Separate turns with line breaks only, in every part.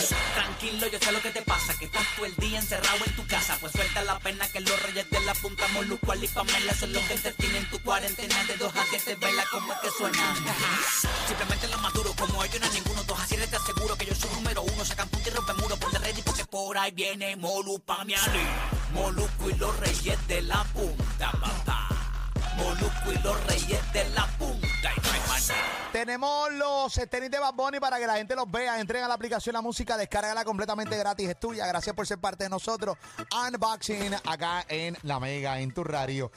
Tranquilo, yo sé lo que te pasa, que estás todo el día encerrado en tu casa. Pues suelta la pena que los reyes de la punta, Molucual y Pamela son los que entretienen tu cuarentena. De dos a siete, vela como es que suena. Simplemente lo más duro, como ellos no hay ninguno. Dos a siete te aseguro que yo soy número uno. Sacan punta y rompen muro, ponte ready porque por ahí viene Molu Pamiani. Moluco y los reyes de la punta, papá. Moluco y los reyes de la punta. Y no hay manera.
Tenemos los tenis de Bad Bunny para que la gente los vea. Entrega la aplicación La Música, descárgala completamente gratis. Es tuya. Gracias por ser parte de nosotros. Unboxing acá en La Mega, en tu radio.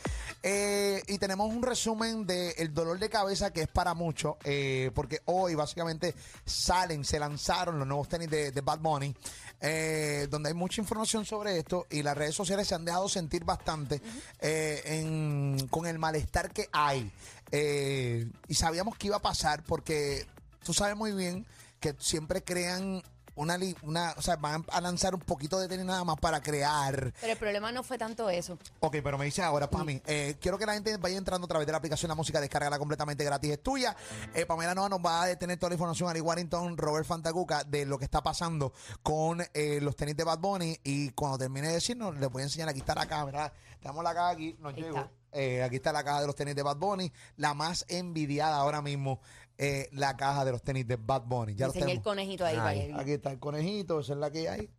Eh, y tenemos un resumen del dolor de cabeza que es para muchos, eh, porque hoy básicamente salen, se lanzaron los nuevos tenis de, de Bad Bunny, eh, donde hay mucha información sobre esto y las redes sociales se han dejado sentir bastante eh, en- con el malestar que hay. Eh, y sabíamos que iba a pasar porque tú sabes muy bien que siempre crean una, li- una o sea, van a lanzar un poquito de tenis nada más para crear.
Pero el problema no fue tanto eso.
Ok, pero me dice ahora, Pami, eh, quiero que la gente vaya entrando a través de la aplicación La Música, descárgala completamente gratis, es tuya. Eh, Pamela Noa nos va a detener toda la información, Ari Warrington, Robert Fantacuca, de lo que está pasando con eh, los tenis de Bad Bunny. Y cuando termine de decirnos, les voy a enseñar, aquí está la cámara, tenemos la caja aquí, nos
Ahí
llegó.
está.
Eh, aquí está la caja de los tenis de Bad Bunny, la más envidiada ahora mismo, eh, la caja de los tenis de Bad Bunny. Ya los
Enseñé el
tenemos.
conejito ahí.
Ay,
Valeria.
aquí está el conejito, esa es la que hay.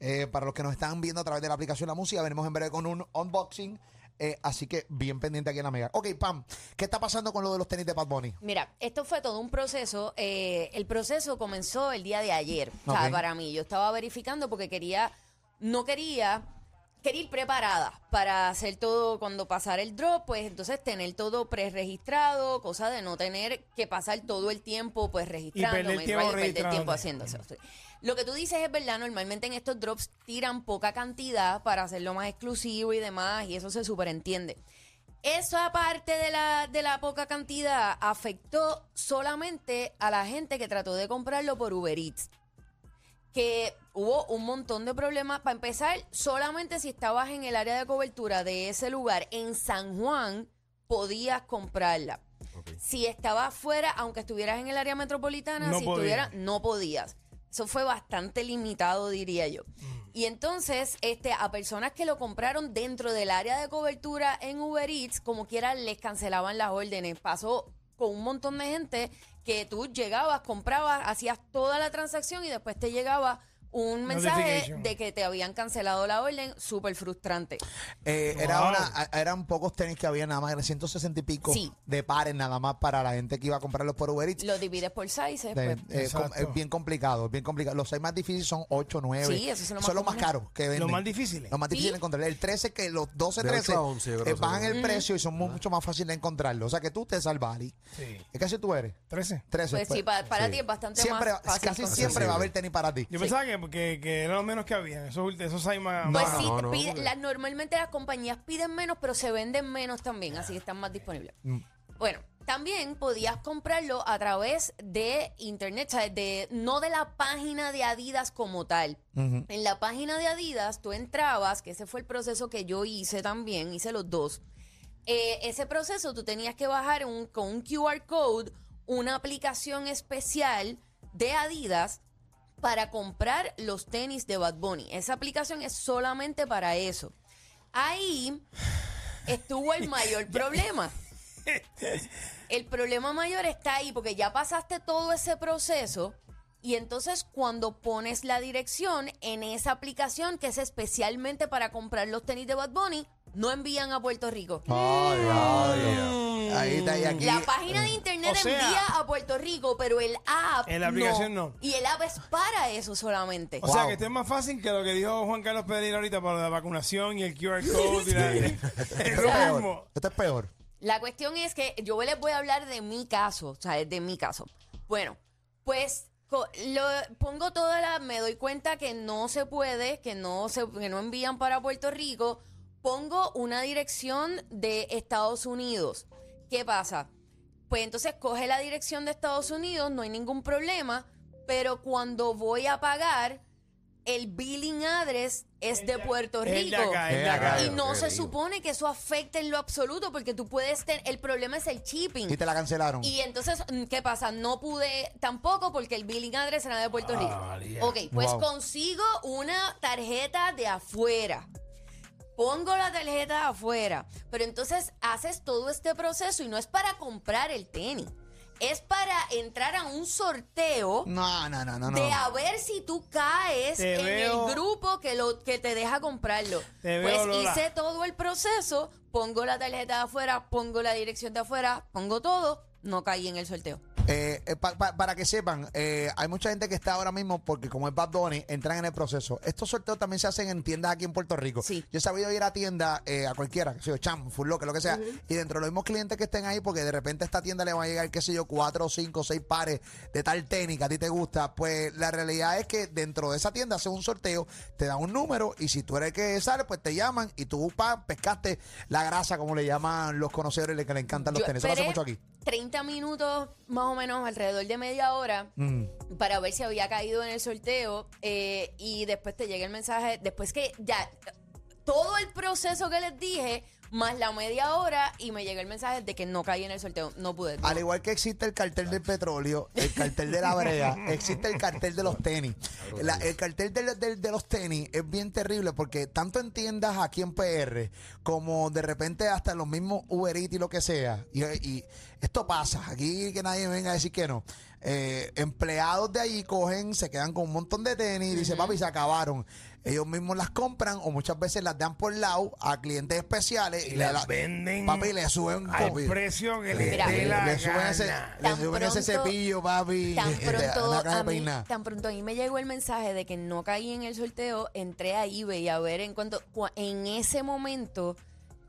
Eh, para los que nos están viendo a través de la aplicación La Música, venimos en breve con un unboxing. eh, así que bien pendiente aquí en la mega. Ok, Pam, ¿qué está pasando con lo de los tenis de Bad Bunny?
Mira, esto fue todo un proceso. eh, el proceso comenzó el día de ayer. O sea,
Ok.
para mí, yo estaba verificando porque quería, no quería, quería ir preparada para hacer todo cuando pasara el drop, pues entonces tener todo preregistrado, cosa de no tener que pasar todo el tiempo pues registrando,
perder tiempo
perder
registrándote. Mm.
tiempo haciéndose. O sea, Lo que tú dices es verdad, normalmente en estos drops tiran poca cantidad para hacerlo más exclusivo y demás, y eso se superentiende. Eso aparte de la, de la poca cantidad afectó solamente a la gente que trató de comprarlo por Uber Eats. Que hubo un montón de problemas. Para empezar, solamente si estabas en el área de cobertura de ese lugar, en San Juan, podías comprarla. Si estabas fuera, aunque estuvieras en el área metropolitana,
No
si
podías.
estuvieras, no podías. Eso fue bastante limitado, diría yo.
Mm.
Y entonces, este, a personas que lo compraron dentro del área de cobertura en Uber Eats, como quiera, les cancelaban las órdenes. Pasó con un montón de gente que tú llegabas, comprabas, hacías toda la transacción y después te llegaba un mensaje
Notification.
de que te habían cancelado la orden. Súper frustrante.
Eh, era
Wow.
una- a- eran pocos tenis que había nada más, eran 160 y pico
Sí.
de pares nada más para la gente que iba a comprarlos por Uber Eats.
Lo divides por sizes,
De-
pues,
eh, com-
Exacto.
es bien complicado, es bien complicado. Los seis más difíciles son 8, 9.
Sí, esos son los más comunes.
caros que venden.
Los más difíciles.
Los más
Sí.
difíciles de encontrar. El 13, que los 12,
De ocho
13
a once, yo
eh,
creo que
bajan
son.
el precio y son mu- mucho más fáciles de encontrarlo. O sea que tú te salvas, Ali.
Sí.
¿Qué casi tú eres?
13.
13.
pues sí, pa- para ti es bastante
siempre,
más fácil.
Casi
conseguirlo.
siempre va a haber tenis para ti.
Yo pensaba que, que, que era lo menos que había. Esos, ulti- esos hay más.
Pues
más-
sí,
no,
te
no,
pide-
porque-
la- normalmente las compañías piden menos, pero se venden menos también, así que están más disponibles.
Mm.
Bueno, también podías comprarlo a través de internet, ¿sabes? De, no de la página de Adidas como tal. En la página de Adidas tú entrabas, que ese fue el proceso que yo hice también, hice los dos. Eh, ese proceso tú tenías que bajar un- con un QR code una aplicación especial de Adidas para comprar los tenis de Bad Bunny. Esa aplicación es solamente para eso. Ahí estuvo el mayor problema. El problema mayor está ahí porque ya pasaste todo ese proceso y entonces cuando pones la dirección en esa aplicación que es especialmente para comprar los tenis de Bad Bunny, no envían a Puerto Rico.
Ah,
Ay, ay, ay. Ahí está, y aquí.
Mm. La página de internet
mm, O sea-
envía a Puerto Rico, pero el app.
En la aplicación no.
Y el app es para eso solamente.
O sea
Wow.
que esto es más fácil que lo que dijo Juan Carlos Pedrino ahorita para la vacunación y el QR code. y la- es
Esto es
lo
peor.
mismo.
Esto es peor.
La cuestión es que yo les voy a hablar de mi caso, o sea, de mi caso. Bueno, pues co- lo, pongo toda la, me doy cuenta que no se puede, que no se, que no envían para Puerto Rico. Pongo una dirección de Estados Unidos. ¿Qué pasa? Pues entonces coge la dirección de Estados Unidos, no hay ningún problema, pero cuando voy a pagar, el billing address es de Puerto Rico.
Es de acá, es de acá.
Y
Claro,
no
qué
se
lío.
supone que eso afecte en lo absoluto, porque tú puedes tener. El problema es el shipping.
Y te la cancelaron.
Y entonces, mm, ¿qué pasa? No pude tampoco porque el billing address era de Puerto Rico. ok, pues
Ah, Wow.
consigo una tarjeta de afuera. Pongo la tarjeta de afuera. Pero entonces haces todo este proceso y no es para comprar el tenis. Es para entrar a un sorteo
No, no, no, no. Ah, no.
de a ver si tú caes
Te
en
veo.
el grupo que lo que te deja comprarlo.
Te
pues
veo, Lola.
hice todo el proceso, pongo la tarjeta de afuera, pongo la dirección de afuera, pongo todo, no caí en el sorteo.
Eh, eh, pa- pa- para que sepan, eh, hay mucha gente que está ahora mismo, porque como es Bad Bunny, entran en el proceso. Estos sorteos también se hacen en tiendas aquí en Puerto Rico.
Sí.
Yo he sabido ir a tiendas, eh, a cualquiera, que sea Cham, Full Locker, lo que sea, y dentro de los mismos clientes que estén ahí, porque de repente a esta tienda le van a llegar, qué sé yo, cuatro, cinco, seis pares de tal técnica a ti te gusta. Pues la realidad es que dentro de esa tienda hacen un sorteo, te dan un número, y si tú eres el que sale, pues te llaman y tú pa, pescaste la grasa, como le llaman los conocedores le- que le encantan los
Yo
tenis. Eso lo hace
esperé
mucho aquí.
30 minutos, más o menos, alrededor de media hora,
Mm.
para ver si había caído en el sorteo. eh, y después te llega el mensaje, después que ya todo el proceso que les dije, más la media hora, y me llega el mensaje de que no caí en el sorteo, no pude.
Al igual que existe el cartel del petróleo, el cartel de la brea, existe el cartel de los tenis. La- el cartel del- del- de, los tenis es bien terrible porque tanto en tiendas aquí en PR como de repente hasta en los mismos Uber Eats y lo que sea. Y, y esto pasa. Aquí que nadie venga a decir que no. Eh, empleados de allí cogen, se quedan con un montón de tenis y dicen, papi, se acabaron. Ellos mismos las compran o muchas veces las dan por lado a clientes especiales y, le
las
la-
venden
Papi, le suben
Al
papi.
precio que le
Mira,
dé
Le,
la
le suben ese,
gana.
le
Tan
suben ese
pronto-
cepillo, papi.
Tan
este, una
pronto,
caja de
a mí,
peinar.
tan pronto a mí me llegó el mensaje de que no caí en el sorteo, entré a eBay a ver en cuanto cua- en ese momento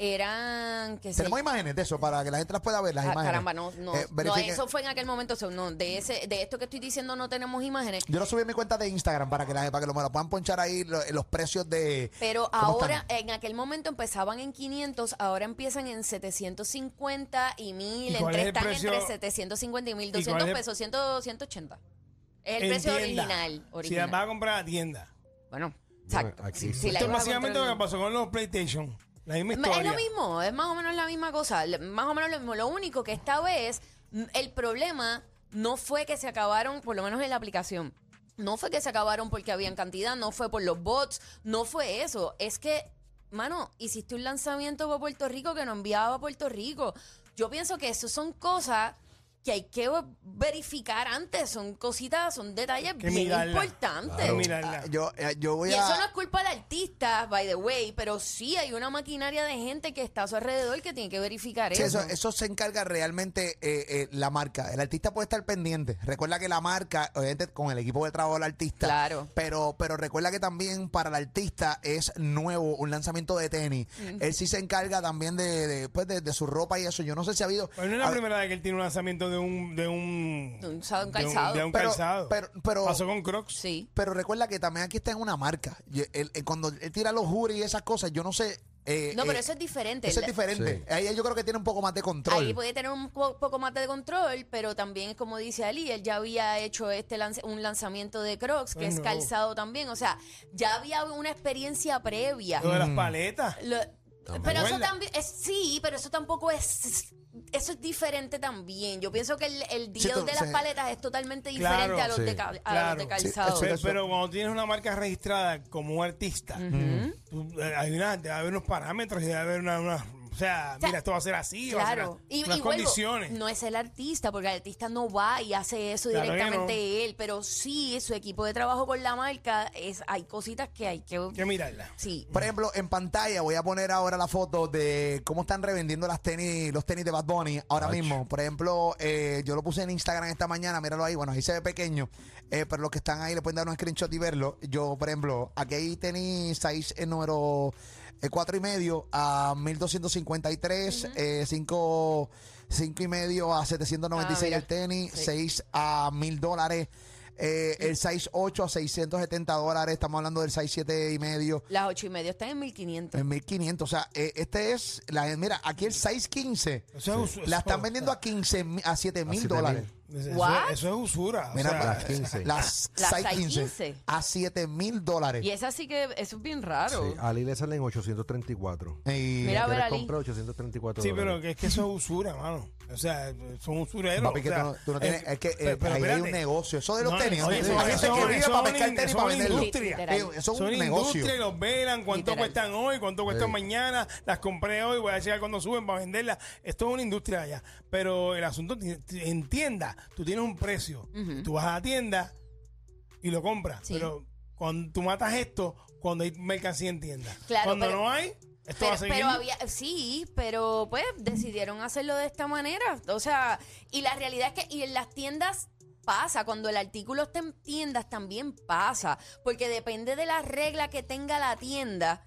eran que
Tenemos imágenes de eso para que la gente las pueda ver, las imágenes.
ah, caramba, no, no,
Eh,
no,
verifique-
eso fue en aquel momento, o sea, no, de ese, de esto que estoy diciendo no tenemos imágenes,
Yo lo subí en mi cuenta de Instagram para que, la, para que lo, me lo puedan ponchar ahí lo- los precios de...
pero
¿Cómo
ahora
están?
en aquel momento empezaban en 500, ahora empiezan en 750 y 1000,
¿Y cuál
entre,
es el
están
precio-
entre 750 y 1200
cuál es el-
pesos, 100, 180. Es el
En
precio
tienda.
original,
Si la
original.
vas a comprar a la tienda.
Bueno, exacto. Si- si la
Esto es
ibas a
básicamente
comprar-
lo que pasó con los PlayStation. La misma
Ma-
historia.
Es lo mismo, es más o menos la misma cosa, le- más o menos lo mismo. Lo único que esta vez m- el problema no fue que se acabaron, por lo menos en la aplicación. No fue que se acabaron porque habían cantidad, no fue por los bots, no fue eso. Es que, mano, hiciste un lanzamiento para Puerto Rico que no enviaba a Puerto Rico. Yo pienso que eso son cosas que hay que verificar antes, son cositas, son detalles
Que
bien
mirarla.
importantes.
Claro.
Ah,
Mirarla.
yo, eh, yo voy
Y
a...
eso no es culpa del artista, by the way, pero sí hay una maquinaria de gente que está a su alrededor que tiene que verificar
Sí,
eso.
eso, eso se encarga realmente eh, eh, la marca. El artista puede estar pendiente. Recuerda que la marca, obviamente, con el equipo de trabajo del artista.
Claro.
Pero, pero recuerda que también para el artista es nuevo un lanzamiento de tenis. Él sí se encarga también de, de, pues, de- de su ropa y eso. Yo no sé si ha habido.
Pues no es la
ha-
primera vez que él tiene un lanzamiento de un. De un,
Ah. De un sa- un
de
calzado.
De un,
Pero-
calzado.
pero- pero-
Pasó con Crocs.
Sí.
Pero recuerda que también aquí está en una marca. Y él- él- cuando él tira los juris y esas cosas, yo no sé. eh,
No, pero
eh,
eso es diferente.
Eso es
La-
diferente. Ahí yo creo que tiene un poco más de control.
Ahí pues, puede tener un po- poco más de control, pero también, como dice Ali, él ya había hecho este lanz- un lanzamiento de Crocs, que
Ay,
es
no.
calzado también. O sea, ya había una experiencia previa.
Lo de
Mm.
las paletas.
Lo- pero eso
Abuela.
también, es, sí, pero eso tampoco es, eso es diferente también. Yo pienso que el, el
Sí,
deal
tú-
de las
sí.
paletas es totalmente diferente a los
sí.
de, cal- a los
Claro.
de calzado.
Sí,
Pero,
eso-
pero cuando tienes una marca registrada como un artista, tú- eh, hay, una- debe haber unos parámetros y debe haber una- unas O sea,
sea,
mira, esto va a ser así, va a ser
Claro.
así.
Y,
las
y vuelvo,
condiciones.
No es el artista, porque el artista no va y hace eso
Claro que
directamente
no.
él, pero sí su equipo de trabajo con la marca es hay cositas que hay que
Hay que mirarla.
sí.
Por ejemplo, en pantalla voy a poner ahora la foto de cómo están revendiendo las tenis, los tenis de Bad Bunny ahora mismo. Por ejemplo, eh, yo lo puse en Instagram esta mañana, míralo ahí. Bueno, ahí se ve pequeño, eh, pero los que están ahí le pueden dar un screenshot y verlo. Yo, por ejemplo, aquí hay tenis 6 en número 4 y medio a 1253, 5 eh, y medio a 796
Ah, mira.
el tenis,
Sí. Mm.
6 a 1000 dólares. eh, el 6.8 a 670 dólares, estamos hablando del 6.7 y medio
Las ocho y media están en 1500.
en 1500, o sea, eh, este es, la, mira, aquí el 615,
Eso es usu-
la
eso-
están vendiendo a 15, mi- a 7 mil
7,000.
dólares.
Eso,
What?
eso es usura. o
Mira,
sea, ah,
las 15.
Las
Las
615
615.
a 7 mil dólares.
Y es así que eso es bien raro.
Sí, a Ali le salen 834.
Y-
Mira, a
Que
ver,
le
Ali.
compró 834
Sí, pero
dólares.
que es que eso es usura, mano. O sea, son usureros.
Papi, que
o sea,
tú no- tú no tienes- es que, eh,
pero- pero
ahí hay un
espérate.
negocio. Eso de los
No,
tenis,
oye,
¿no?
eso-
Hay gente
eso-
que vive
eso
para
es
pescar
una-
tenis
eso
para
es una
venderlo.
industria.
Eh, Eso es
Son
un negocio.
industria y los velan, cuánto
Literal.
cuestan hoy, cuánto cuestan mañana, las compré hoy, voy a llegar cuando suben para venderlas. Esto es una industria allá. Pero el asunto ti- ti- en tienda, tú tienes un precio, tú vas a la tienda y lo compras.
Sí.
Pero cuando tú matas esto, cuando hay mercancía en tienda.
Claro,
cuando
pero-
no hay, esto va
Pero,
a seguir.
pero había, sí, pero pues decidieron hacerlo de esta manera. O sea, y la realidad es que y en las tiendas pasa, cuando el artículo está en tiendas también pasa, porque depende de la regla que tenga la tienda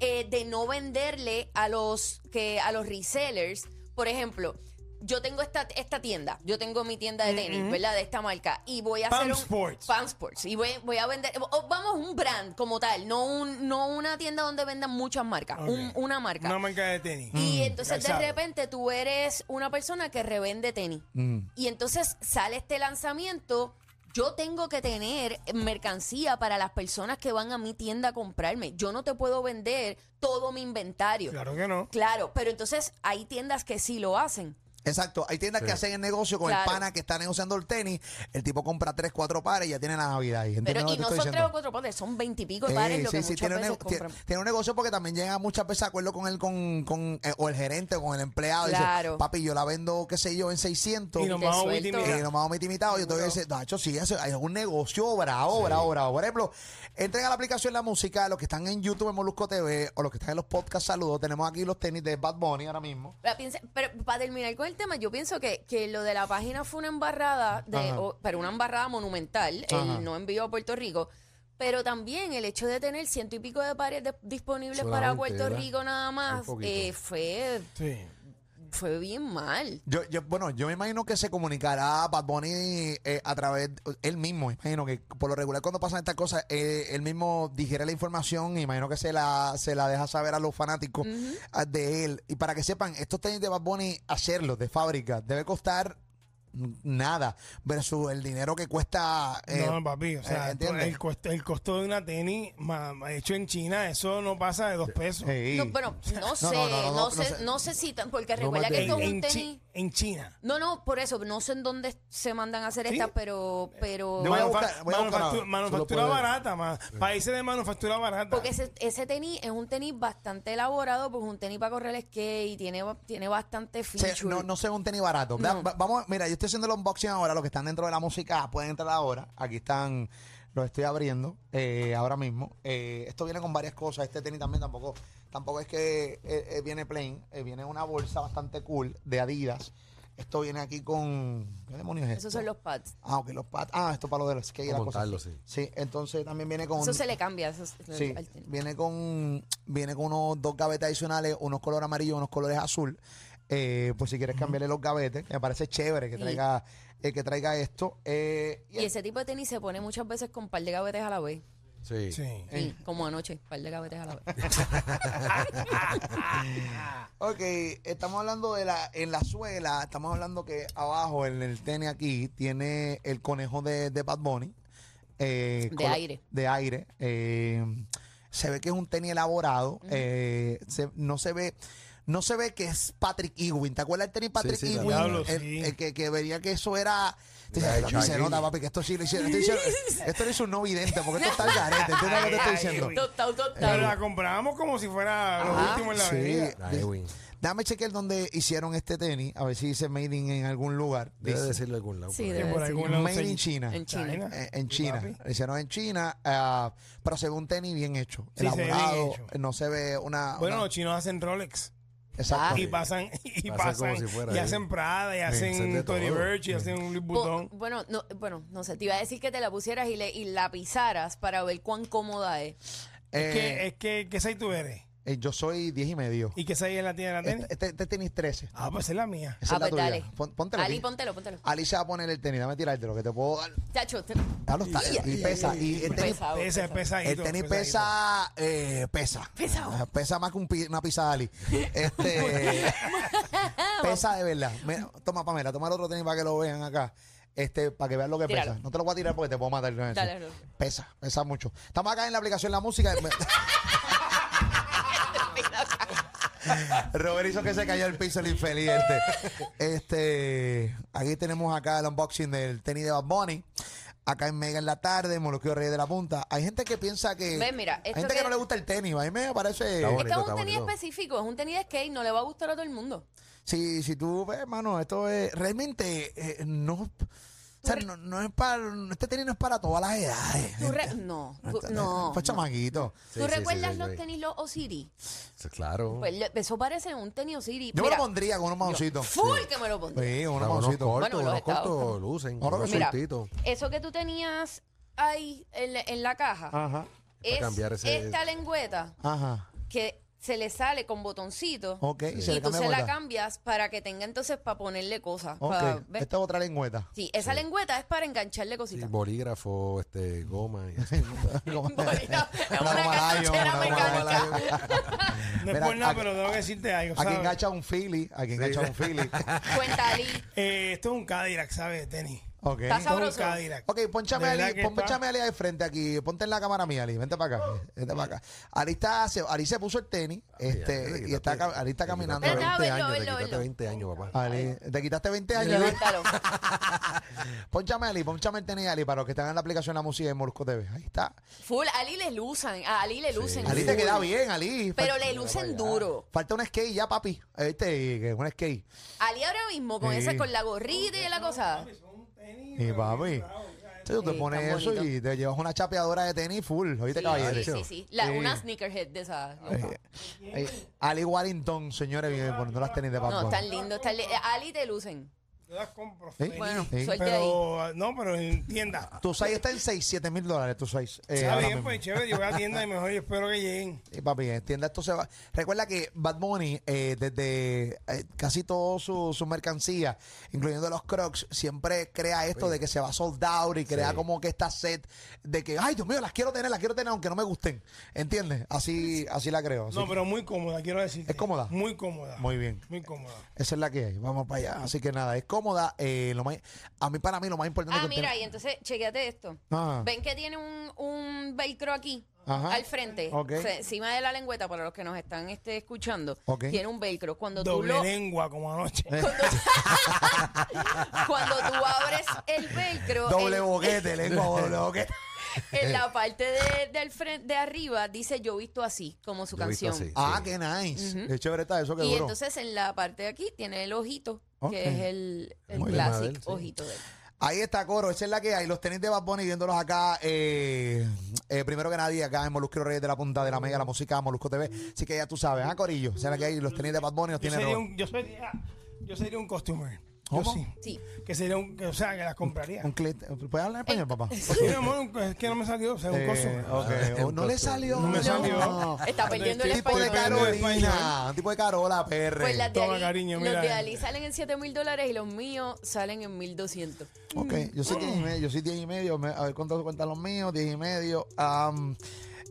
eh, de no venderle a los, que, a los resellers. Por ejemplo, yo tengo esta, esta tienda, yo tengo mi tienda de tenis, ¿verdad? De esta marca, y voy a
Pam
hacer un...
Sports.
Pam Sports. Y voy, voy a vender. o vamos, un brand como tal. No, un, no una tienda donde vendan muchas marcas.
Ok.
un- una marca.
Una marca de tenis.
Mm.
y entonces de
calzado.
repente tú eres una persona que revende tenis.
Mm.
Y entonces sale este lanzamiento. Yo tengo que tener mercancía para las personas que van a mi tienda a comprarme. Yo no te puedo vender todo mi inventario.
Claro que no.
Claro, pero entonces hay tiendas que sí lo hacen.
Exacto, hay tiendas que hacen el negocio con el
Claro.
pana que está negociando el tenis, el tipo compra 3, 4 pares y ya tiene la Navidad ahí. ¿Entiendes
Pero,
lo que
y
te
no
estoy
son tres
diciendo?
o cuatro potes, son veintipico
Eh,
pares lo que
sí, sí,
muchas
tiene, un
veces
nego- tie-
compran.
tiene un negocio porque también llega muchas veces a acuerdo con el con, con, eh, o el gerente o con el empleado. Y dice,
Claro.
papi, yo la vendo, qué sé yo, en 600.
Y nos vamos a
suelto.
intimidar.
Y nos vamos a meter invitados. Yo te voy a decir, Nacho, sí, eso- hay un negocio bravo, bravo, bravo. Por ejemplo, entren a la aplicación La Música, los que están en YouTube en Molusco TV o los que están en los podcasts, saludos. Tenemos aquí los tenis de Bad Bunny ahora mismo.
La piensa- pero para terminar con el tema, yo pienso que, que lo de la página fue una embarrada, de,
Ajá.
o- pero una embarrada monumental,
Ajá.
el no envío a Puerto Rico. Pero también el hecho de tener ciento y pico de pares de- disponibles para
Solamente,
Puerto
¿verdad?
Rico nada más
Un poquito.
eh, fue,
Sí.
fue bien mal.
Yo, yo, bueno, yo me imagino que se comunicará Bad Bunny eh, a través, él mismo, imagino que por lo regular cuando pasan estas cosas, eh, él mismo digiere la información, imagino que se la, se la deja saber a los fanáticos ah, de él. Y para que sepan, estos tenis de Bad Bunny, hacerlos de fábrica, debe costar n- nada versus el dinero que cuesta... eh,
no, papi, o sea,
eh, ¿entiendes?
el, costo, el costo de una tenis ma- ma- hecho en China, eso no pasa de dos pesos.
Sí.
No, bueno, no sé,
no, no, no,
no,
no
sé,
sé.
no sé si, tan- porque
más
recuerda
de
en,
que esto es
en
un
Chi-
tenis.
en China.
No, no, por eso, no sé en dónde se mandan a hacer estas, pero, pero
Yo voy a buscar- voy a buscar
Manufactu-
ahora.
manufactura
Solo puede-
barata, ma- países de manufactura barata.
Porque ese, ese tenis es un tenis bastante elaborado, porque es un tenis para correr el skate y tiene, ba- tiene bastante
O sea,
feature.
no, no sea un tenis barato. Da-
No.
va- Vamos, mira, yo estoy haciendo el unboxing ahora. Los que están dentro de la música ah, pueden entrar ahora. Aquí están, los estoy abriendo eh, ahora mismo. Eh, esto viene con varias cosas. Este tenis también tampoco, tampoco es que eh, eh, viene plain. Eh, viene en una bolsa bastante cool de Adidas. Esto viene aquí con. ¿Qué demonios es esto?
Esos son los pads.
Ah, ok, los pads. Ah, esto para lo de los skate. y
Para
las cosas
montarlo,
así.
sí.
Sí, entonces también viene con.
Eso se le cambia. Eso es-
Sí,
al tenis.
viene con viene con unos dos gavetes adicionales, unos colores amarillo, unos colores azul. Eh, pues si quieres cambiarle los gavetes, que me parece chévere que
Y-
traiga eh, que traiga esto. Eh, y
Y ese tipo de tenis se pone muchas veces con par de gavetes a la vez.
Sí.
Sí.
Eh,
Sí, como anoche, par de gavetes a la vez.
Ok, estamos hablando de la en la suela, estamos hablando que abajo en el tenis aquí tiene el conejo de, de Bad Bunny. eh,
De
colo-
aire.
De aire. eh, se ve que es un tenis elaborado. eh, se- no se ve. No se ve que es Patrick Ewing. ¿Te acuerdas del tenis Patrick
sí,
Ewing?
diablo,
el,
sí.
el que, que veía que eso era. Te
Mira,
dice,
de
"Papi, se
Shaquille".
nota, papi, que esto sí lo hicieron. Esto, hicieron- esto lo hizo un no vidente, porque esto está al garete. ¿Entiendes lo que te estoy diciendo?
Total, total.
Pero la comprábamos como si fuera lo último en la
Sí,
vida.
La
de-
Ewing.
Dice, Déjame chequear dónde hicieron este tenis, a ver si dice Made in en algún lugar.
Debe
Dice,
decirlo en algún lado.
Sí,
por ahí.
debe
por
decir.
algún lado
Made
se-
in China.
En China.
Eh, En China.
Papi.
Lo hicieron en China, ah, pero se ve un tenis bien hecho,
Sí, se ve bien
elaborado. eh,
hecho.
ah, No se ve una.
Bueno,
una-
los chinos hacen Rolex.
Ah,
exacto. Eh,
Y pasan, y
Pasan
pasan,
como si fuera,
y
¿eh?
hacen Prada, y
hacen de
hacen Tony
todo.
Birch, y hacen
Pues,
Louis Vuitton.
Po- bueno, no, bueno, no sé, te iba a decir que te la pusieras y, le, y la pisaras para ver cuán cómoda es.
Eh,
Es que, es que, ¿qué seis tú eres?
eh, yo soy 10 y medio.
¿Y qué seis es la tienda de la tenis?
Este, este- este tenis 13.
Ah, pues es la mía.
Esa
Ah,
es la
pues
tuya.
dale.
Pon- póntelo
Ali,
aquí.
póntelo, póntelo.
Ali se va a poner el tenis, dame tirarte lo que te puedo dar.
Chacho, te-
Dalo, está- y pesa. Y el tenis,
pesado.
Ese es pesadito.
el tenis
pesadito.
pesa, eh, pesa. Pesa. Pesa más que un pi- una pizza de Ali. Este, pesa de verdad. Mira, toma, Pamela, toma el otro tenis para que lo vean acá. Este, para que vean lo que
Tíralo.
pesa. No te lo voy a tirar porque te puedo matar con eso.
Dale, Rolly.
Pesa, pesa mucho. Estamos acá en la aplicación La Música. Robert hizo que se cayó el piso el infeliz. Este, Este, aquí tenemos acá el unboxing del tenis de Bad Bunny. Acá en Mega en la tarde, Moloquio Reyes de la Punta. Hay gente que piensa que.
Ve, mira,
hay
esto
gente que...
que-
no le gusta el tenis. A mí me parece.
Está
Es que es
Bonito,
un
está
tenis
bonito.
específico, es un tenis de skate, no le va a gustar a todo el mundo.
Si, si tú ves, hermano, esto es. Realmente, eh, no. O sea, no, no es para. Este tenis no es para todas las edades.
Tú re- no, tú- no.
Pues chamaquito.
Sí,
¿Tú
sí, sí,
recuerdas
sí,
los
sí.
tenis los Osiris?
Sí, Claro.
Pues le- eso parece un tenis Osiris.
Yo me
Mira,
lo pondría con unos mausitos.
Full que me lo pondría.
Sí, con unos
Está unos
mausitos.
cortos,
Bueno, los
unos
estados.
cortos lucen.
Ahora
Unos
Mira,
cortitos.
eso que tú tenías ahí en la, en la caja
Ajá.
es
cambiar ese-
esta lengüeta
Ajá.
que se le sale con botoncito
Ok,
y
se le
tú
cambia
se la
vuelta.
cambias para que tenga entonces para ponerle cosas.
Ok.
para ver.
Esta es otra lengüeta.
Sí, esa lengüeta es para engancharle
Sí,
cositas.
bolígrafo, este, goma. y-
Como-
Es
Una
una
gomalayo,
cartuchera
una
mecánica.
No es
Mira,
por nada,
aquí-
pero tengo que decirte algo,
Aquí
¿sabes?
engancha un Philly. Aquí engancha un Philly.
Cuenta Ali.
Eh, esto es un Cadillac, ¿sabes? De tenis.
Ok.
Esto
Está
es
sabroso.
un Cadillac.
Ok, ponchame
De
Ali,
verdad que
pon-
está-
ponchame Ali de frente aquí. Ponte en la cámara mía, Ali. Vente para acá. Vente para acá. Ali, está, se, Ali se puso el tenis.
Ay,
este,
ay,
y está,
quítate-
Ali está
te
caminando.
quitaste
Pero
20
verlo,
años, te
verlo,
quitaste
verlo.
20 años, papá.
Ali, te quitaste 20 años. Ali.
Levántalo.
Ponchame Ali, ponchame el tenis Ali para los que están en la aplicación La Música de Molusco TV. Ahí está.
Full, Ali le lucen. A Ali le lucen.
Ali te
full.
queda bien, Ali.
Pero
Fal-
le lucen duro.
Falta un skate ya, papi. Este, que es un skate.
Ali ahora mismo con
Sí.
esa, con la gorrita y la cosa.
Y papi. Entonces tú te
Sí,
pones
tan
eso y te llevas una chapeadora de tenis full. Oíste, caballero.
sí, sí, sí. La-
Sí.
Una sneakerhead de esas.
Eh, eh, Ali Warrington, señores, viene poniendo las tenis de Bad
No,
Bunny.
están lindos. están li- eh, Ali te lucen.
Yo las compro.
Sí,
feliz.
Bueno,
sí.
suerte ahí.
Pero, no, pero en tienda.
Tu 6 está en 6, 7 mil dólares, Eh, tu 6.
Está bien, pues chévere. Yo voy a tienda y mejor yo espero que lleguen.
papi, en tienda esto se va. Recuerda que Bad Bunny, eh, desde eh, casi todo su, su mercancía, incluyendo los Crocs, siempre crea esto de que se va sold out y crea como que esta set de que, ay, Dios mío, las quiero tener, las quiero tener, aunque no me gusten. ¿Entiendes? Así, así la creo. así
No, pues.
que-
pero muy cómoda, quiero decirte.
¿Es cómoda?
Muy cómoda.
Muy bien.
Muy cómoda.
Esa es la que hay. Vamos para allá. Así que nada, es cómoda. eh, lo más, a mí, para mí, lo más importante
Ah,
que Ah.
mira,
tiene-
y entonces, chequeate esto.
Ajá.
Ven que tiene un, un velcro aquí,
Ajá.
al frente,
Ok.
se- encima de la lengüeta, para los que nos están este, escuchando.
Ok.
Tiene un velcro. Cuando tú,
Doble
lo,
lengua como anoche.
Eh,
cuando tú abres el velcro,
Doble
el-
boquete, lengua doble boquete.
en la parte de, del frente, de arriba dice yo visto así, como su
Yo he visto
canción.
así,
Ah,
sí.
qué nice. Qué chévere está eso que
Y
duró.
entonces en la parte de aquí tiene el ojito,
Ok.
que es el, el
Muy bien.
classic
Mabel, sí.
ojito de él.
Ahí está, Coro. Esa es la que hay. Los tenis de Bad Bunny viéndolos acá. eh, eh, primero que nadie, acá en Molusco Reyes de la Punta de la Mega, la música Molusco TV. Así que ya tú sabes, ¿ah, Corillo? Esa es la que hay. Los tenis de Bad Bunny
Yo
los tiene
sería,
Robert.
un, yo, sería, yo sería un costumer. Yo
¿Cómo?
sí.
Sí.
Que sería un, que, o sea, que las compraría.
Un clit- ¿Puedes hablar
Eh,
español, papá?
Sí, mi amor, un- es que no me salió, o sea, un
Eh,
costumer.
ok.
Ah,
No le
un
salió.
No me salió.
Está perdiendo el
Estoy
Tipo de
perdiendo el español.
Carolina. Tipo de Carola, PR.
Pues las de
Toma,
Ali,
cariño,
los
mira.
de Ali salen en 7 mil dólares y los míos salen en 1200.
Ok, yo soy 10 y medio, yo soy 10 y medio, me- a ver cuánto cuentan los míos, 10 y medio, am,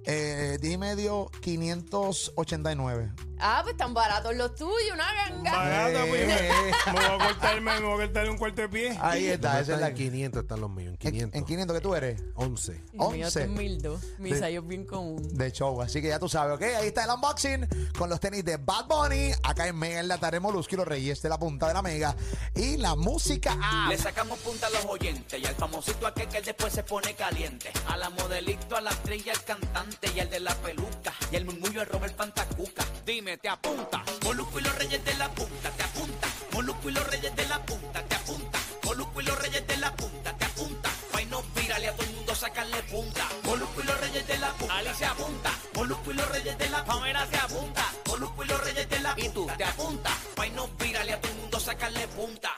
eh, 10 y medio, 589.
Ah, pues están baratos los tuyos, una ganga.
Barato, pues,
Eh.
me me voy a cortarme, me voy a cortar un cuarto de pie.
Ahí
No
está, esa es
están
la
en
que-
500 están los míos, en
En,
500.
en 500 que tú eres,
11.
Los míos
11
son 1200. Mis
De-
sellos bien común.
de show, así que ya tú sabes, ok, ahí está el unboxing con los tenis de Bad Bunny, acá en Mega en la Tarea Molusco y los Reyes de la Punta de la Mega, y la música app.
Le sacamos punta a los oyentes y al famosito aquel que después se pone caliente. A la modelito, a la actriz y al cantante.
elefante y al de la peluca. Y el murmullo al Robert Pantacuca. Dime, te apunta. Moluco y los reyes de la punta, te apunta. Moluco y los reyes de la punta, te apunta. Moluco y los reyes de la punta, te apunta. Bueno, vírale a todo el mundo, sacarle punta. Moluco y los reyes de la punta. Ali se apunta. Moluco y los reyes de la Pamela se apunta. Moluco y los reyes de la punta. Y tú te apunta. Bueno, vírale a todo el mundo, sacarle punta.